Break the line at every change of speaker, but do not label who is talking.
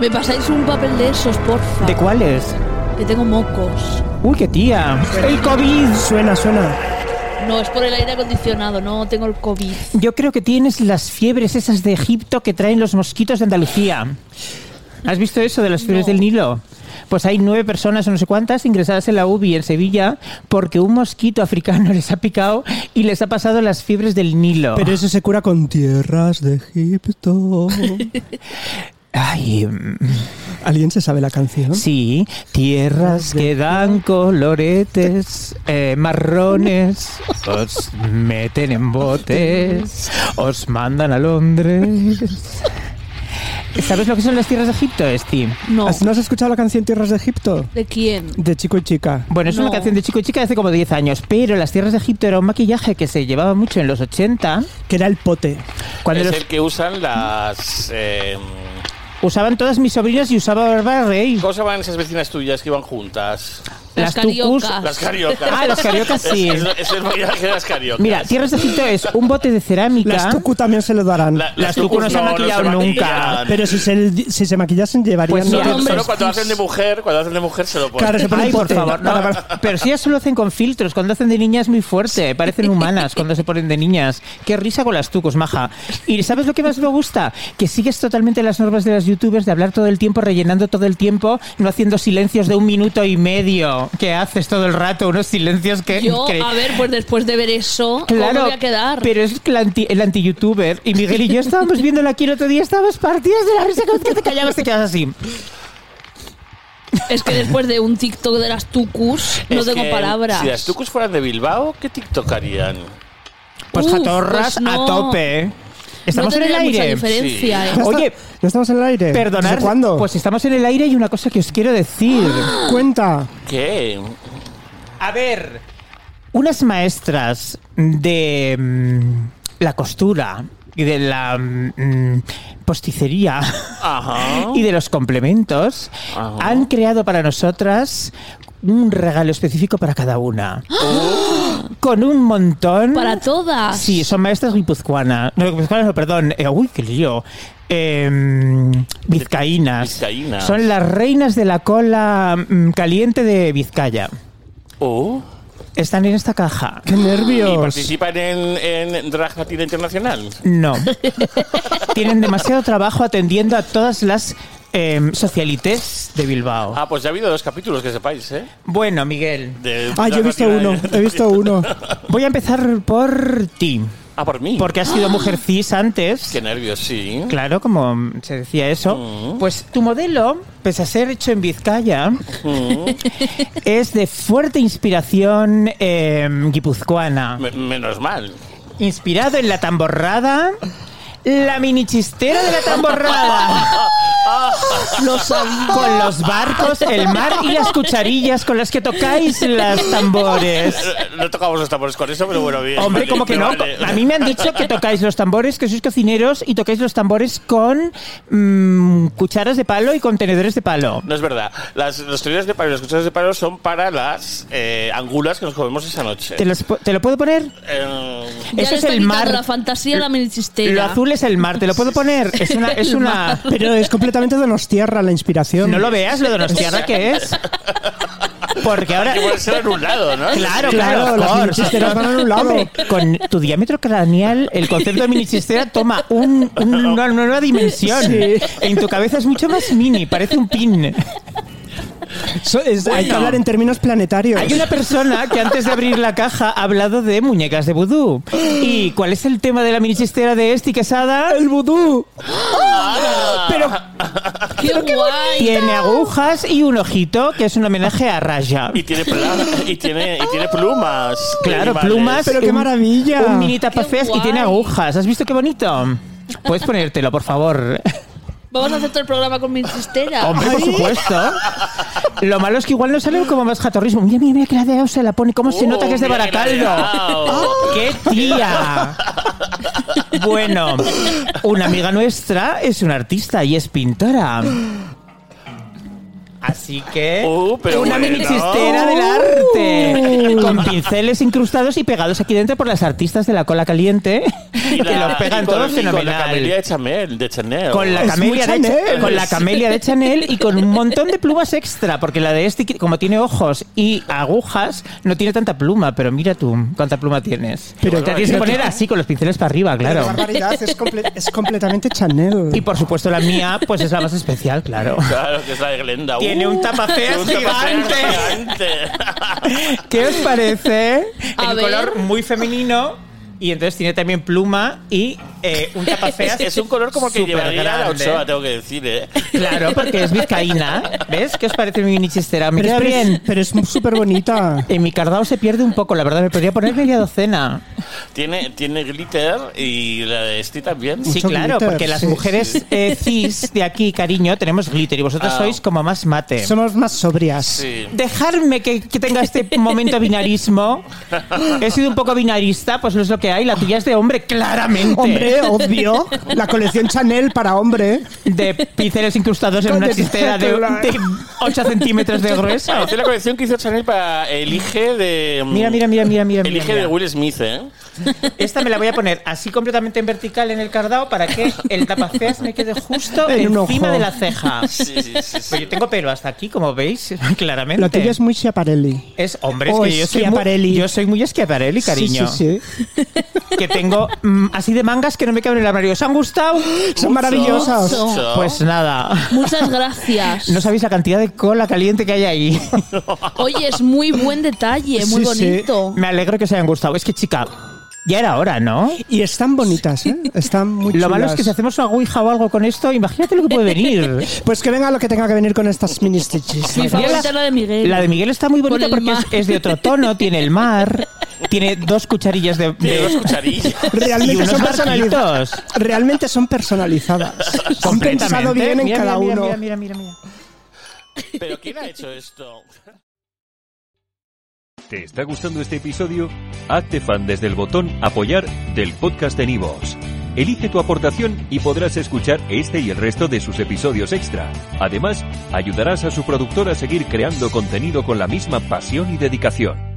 ¿Me pasáis un papel de esos, porfa?
¿De cuáles?
Que tengo mocos.
¡Uy, qué tía! ¡El COVID!
Suena, suena.
No, es por el aire acondicionado, no tengo el COVID.
Yo creo que tienes las fiebres esas de Egipto que traen los mosquitos de Andalucía. ¿Has visto eso de las
No.
fiebres del Nilo? Pues hay nueve personas o no sé cuántas ingresadas en la UBI en Sevilla porque un mosquito africano les ha picado y les ha pasado las fiebres del Nilo.
Pero eso se cura con tierras de Egipto.
Ay, mm,
¿Alguien se sabe la
¿Mm?
canción?
sí, tierras que dan coloretes, eh, marrones, os meten en botes, os mandan a Londres. ¿Sabes lo que son las tierras de Egipto, Steve?
No.
¿Has- ¿No has escuchado la canción Tierras de Egipto?
¿De quién?
De chico y chica.
Bueno, es
No.
una canción de chico y chica de hace como 10 años, pero Las Tierras de Egipto era un maquillaje que se llevaba mucho en los 80,
Que era el pote.
cuando
es
los-
el que usan las. eh,
usaban todas mis sobrinas y usaba Bárbara Rey.
¿Cómo se llaman esas vecinas tuyas que iban juntas?
Las
tucus-
cariocas.
Las cariocas.
Ah, las cariocas sí.
Es, es- es el maquillaje de las cariocas.
Mira, Tierras de Egipto es un bote de cerámica.
Las tucu también se lo darán.
La-
las tucu no se han maquillado
se
nunca.
maquillan.
Pero si se, si se maquillasen llevarían...
Pues
no-
mira,
Solo-
hombre,
solo cuando
Steve.
hacen de mujer, cuando hacen de mujer se lo ponen.
Claro, se pone
Ay,
un
por
pote.
favor, no. Pero si ellas solo hacen con filtros, cuando hacen de niñas es muy fuerte, parecen humanas cuando se ponen de niñas. Qué risa con las tucos, maja. ¿Y sabes lo que más me gusta? Que sigues totalmente las normas de las youtubers de hablar todo el tiempo, rellenando todo el tiempo, no haciendo silencios de un minuto y medio, que haces todo el rato, unos silencios que...
Yo,
que-
a ver, pues después de ver eso, ¿cómo me voy a quedar?
pero es la anti- el anti-youtuber. y Miguel y yo estábamos viéndola aquí el otro día, estábamos partidos de la risa con que te callabas, te quedas así.
Es que después de un TikTok de las tucus, no
Es
tengo
que
palabras.
Si las tucus fueran de Bilbao, ¿qué TikTok harían?
Pues
Uf,
jatorras
pues no.
a tope. Estamos
no
en el
tendría mucha
aire.
diferencia,
¿Ya
¿eh?
está?
Oye,
¿no estamos en el aire?
Perdonar.
¿Desde cuándo?
Pues estamos en el aire y una cosa que os quiero decir.
Cuenta.
¿Qué?
A ver, unas maestras de mm, la costura y de la mm, posticería
Ajá.
y de los complementos
Ajá.
han creado para nosotras un regalo específico para cada una. Con un montón.
Para todas.
Sí, son maestras guipuzcoanas. No, guipuzcoanas, no, perdón. Eh, uy, qué lío. Em, vizcaínas.
Vizcaínas.
Son las reinas de la cola mm, caliente de Vizcaya.
Oh.
Están en esta caja.
¡Qué
¿Y
nervios!
participan en, en Drag Latina Internacional?
No. Tienen demasiado trabajo atendiendo a todas las em, socialites de Bilbao.
Ah, pues ya ha habido dos capítulos que sepáis, ¿eh?
Bueno, Miguel.
De
Ah, yo he
Drag
visto
Latina.
uno. He visto uno.
Voy a empezar por ti.
Ah, por mí.
Porque has sido mujer cis antes.
Qué nervios, sí.
Claro, como se decía eso. Pues tu modelo, pese a ser hecho en Vizcaya, es de fuerte inspiración eh, guipuzcoana.
Me- menos mal.
Inspirado en la tamborrada, la mini chistera de la tamborrada. Con los barcos, el mar y las cucharillas con las que tocáis las tambores.
No tocamos los tambores con eso, pero bueno, bien.
Hombre,
Vale,
como que no.
vale.
A mí me han dicho que tocáis los tambores, que sois cocineros y tocáis los tambores con mm, cucharas de palo y contenedores de palo.
No es verdad. Las, los teorías de paro y las cucharas de paro son para las eh, angulas que nos comemos esa noche.
¿Te, los pu- te lo puedo poner?
Eh,
Ya
Eso
le
es
está
el
quitando
mar.
la fantasía a la mini
Lo
chistera.
azul es el mar, ¿te lo puedo poner? Es una... Es
El
una
Pero es completamente de los tierra la inspiración.
no lo veas, lo donostiarra que es. Porque ahora...
que puede ser en un lado, ¿no?
Claro,
Claro,
claro,
las
of course.
minichisteras van a un lado.
Hombre, con tu diámetro craneal, el concepto de minichistera toma un- un- una nueva dimensión.
Sí.
En tu cabeza es mucho más mini, parece un pin.
So- es- Hay que
Bueno.
hablar en términos planetarios.
Hay una persona que antes de abrir la caja ha hablado de muñecas de vudú. ¿Y cuál es el tema de la minichistera de Esti Quesada?
¡El vudú!
Pero
¡Qué guay!
tiene agujas y un ojito, que es un homenaje a Raya.
Y tiene, pla- y tiene, y tiene plumas.
Claro,
Animales.
plumas.
Pero qué
un-
maravilla.
Un mini tapafés
Qué
y tiene
guay.
agujas. ¿Has visto qué bonito? Puedes ponértelo, por favor.
Vamos a hacer todo el programa con mini chistera.
Hombre, por supuesto. Lo malo es que igual no sale como más jatorrismo. Mira, mira, mira que la de Ao se la pone. ¿Cómo se
Oh,
nota que es de
mira qué
Baracaldo?
maravillado.
¡Qué tía! Bueno, una amiga nuestra es una artista y es pintora. Ha Así que.
Uh, pero
Oh, una
bueno.
mini chistera del arte. Con pinceles incrustados y pegados aquí dentro por las artistas de la cola caliente.
Y
que
la-
los
y
pegan
con-
todo
y Con la camelia
fenomenal.
de Chanel. De Chanel.
Con la,
Es
camelia
muy
de,
Chanel.
con la camelia de Chanel y con un montón de plumas extra, porque la de este, como tiene ojos y agujas, no tiene tanta pluma, pero mira tú cuánta pluma tienes.
Pero-
Pero te la tienes que poner así, con los pinceles para arriba,
Qué
claro.
barbaridad, es, comple- es completamente Chanel.
Y por supuesto la mía, pues es la más especial, claro.
Claro, que es la de Glenda.
Tiene un tapaceas
tiene un tapaceas
gigante.
gigante.
¿Qué os parece?
A
El
ver.
color muy femenino y entonces tiene también pluma y eh, un tapaceas.
es un color como que
supergrande.
llevaría a la Ochoa, tengo que decir, ¿eh?
Claro, porque es vizcaína. ¿Ves? ¿Qué os parece mi mini chistera? Me
pero,
queda
es- pero
bien.
es- pero es súper bonita.
En mi cardao se pierde un poco, la verdad. Me podría poner media docena.
Tiene, tiene glitter y la de Esti también.
Sí,
Mucho
claro,
glitter,
porque las
sí,
mujeres eh, cis de aquí, cariño, tenemos glitter y vosotros
Ah.
sois como más mate.
Somos más sobrias.
Sí.
Dejarme que, que tenga este momento binarismo. He sido un poco binarista, pues no es lo que hay. La tuya es de hombre, claramente.
Hombre, obvio. La colección Chanel para hombre.
De pinceles incrustados en
Con
una
de-
chistera de,
claro.
de 8 centímetros de grueso.
Parece la colección que hizo Chanel para Elige de. mm,
Mira, mira, mira, mira, mira.
Elige
mira.
de Will Smith, ¿eh?
Esta me la voy a poner así completamente en vertical en el cardao para que el tapaceas me quede justo
En un
encima
ojo.
de la ceja.
Sí, sí, sí. sí.
Pues yo tengo pelo hasta aquí, como veis, claramente.
La tuya es muy Schiaparelli.
Es- hombre, es
Oh,
que yo soy, muy,
Schiaparelli.
yo soy muy Schiaparelli, cariño.
Sí, sí,
Que tengo mm, así de mangas que no me caben en el armario. ¿Os han gustado?
sí. Son maravillosas.
Mucho.
Mucho.
Pues nada.
Muchas gracias.
No sabéis la cantidad de cola caliente que hay ahí.
Oye, es muy buen detalle, muy
Sí, sí.
bonito.
Me alegro que os hayan gustado. Es que, chica, ya era hora, ¿no?
Y están bonitas, ¿eh? Están muy
Lo malo es
chulas.
que si hacemos una ouija o algo con esto, imagínate lo que puede venir.
Pues que venga lo que tenga que venir con estas mini stitches.
Mi favorita
la-
es la de Miguel.
La de Miguel está muy bonita
el
porque es,
mar.
es de otro tono, tiene el mar, tiene dos cucharillas de...
Tiene
de-
dos cucharillas.
y
Realmente
unos
son personalizadas.
barquitos.
Realmente son personalizadas. Han
Completamente.
pensado bien en
Mira,
cada
mira,
uno.
Mira, mira, mira, mira.
¿Pero quién ha hecho esto?
¿Te está gustando este episodio? Hazte fan desde el botón Apoyar del podcast de Nivos. Elige tu aportación y podrás escuchar este y el resto de sus episodios extra. Además, ayudarás a su productor a seguir creando contenido con la misma pasión y dedicación.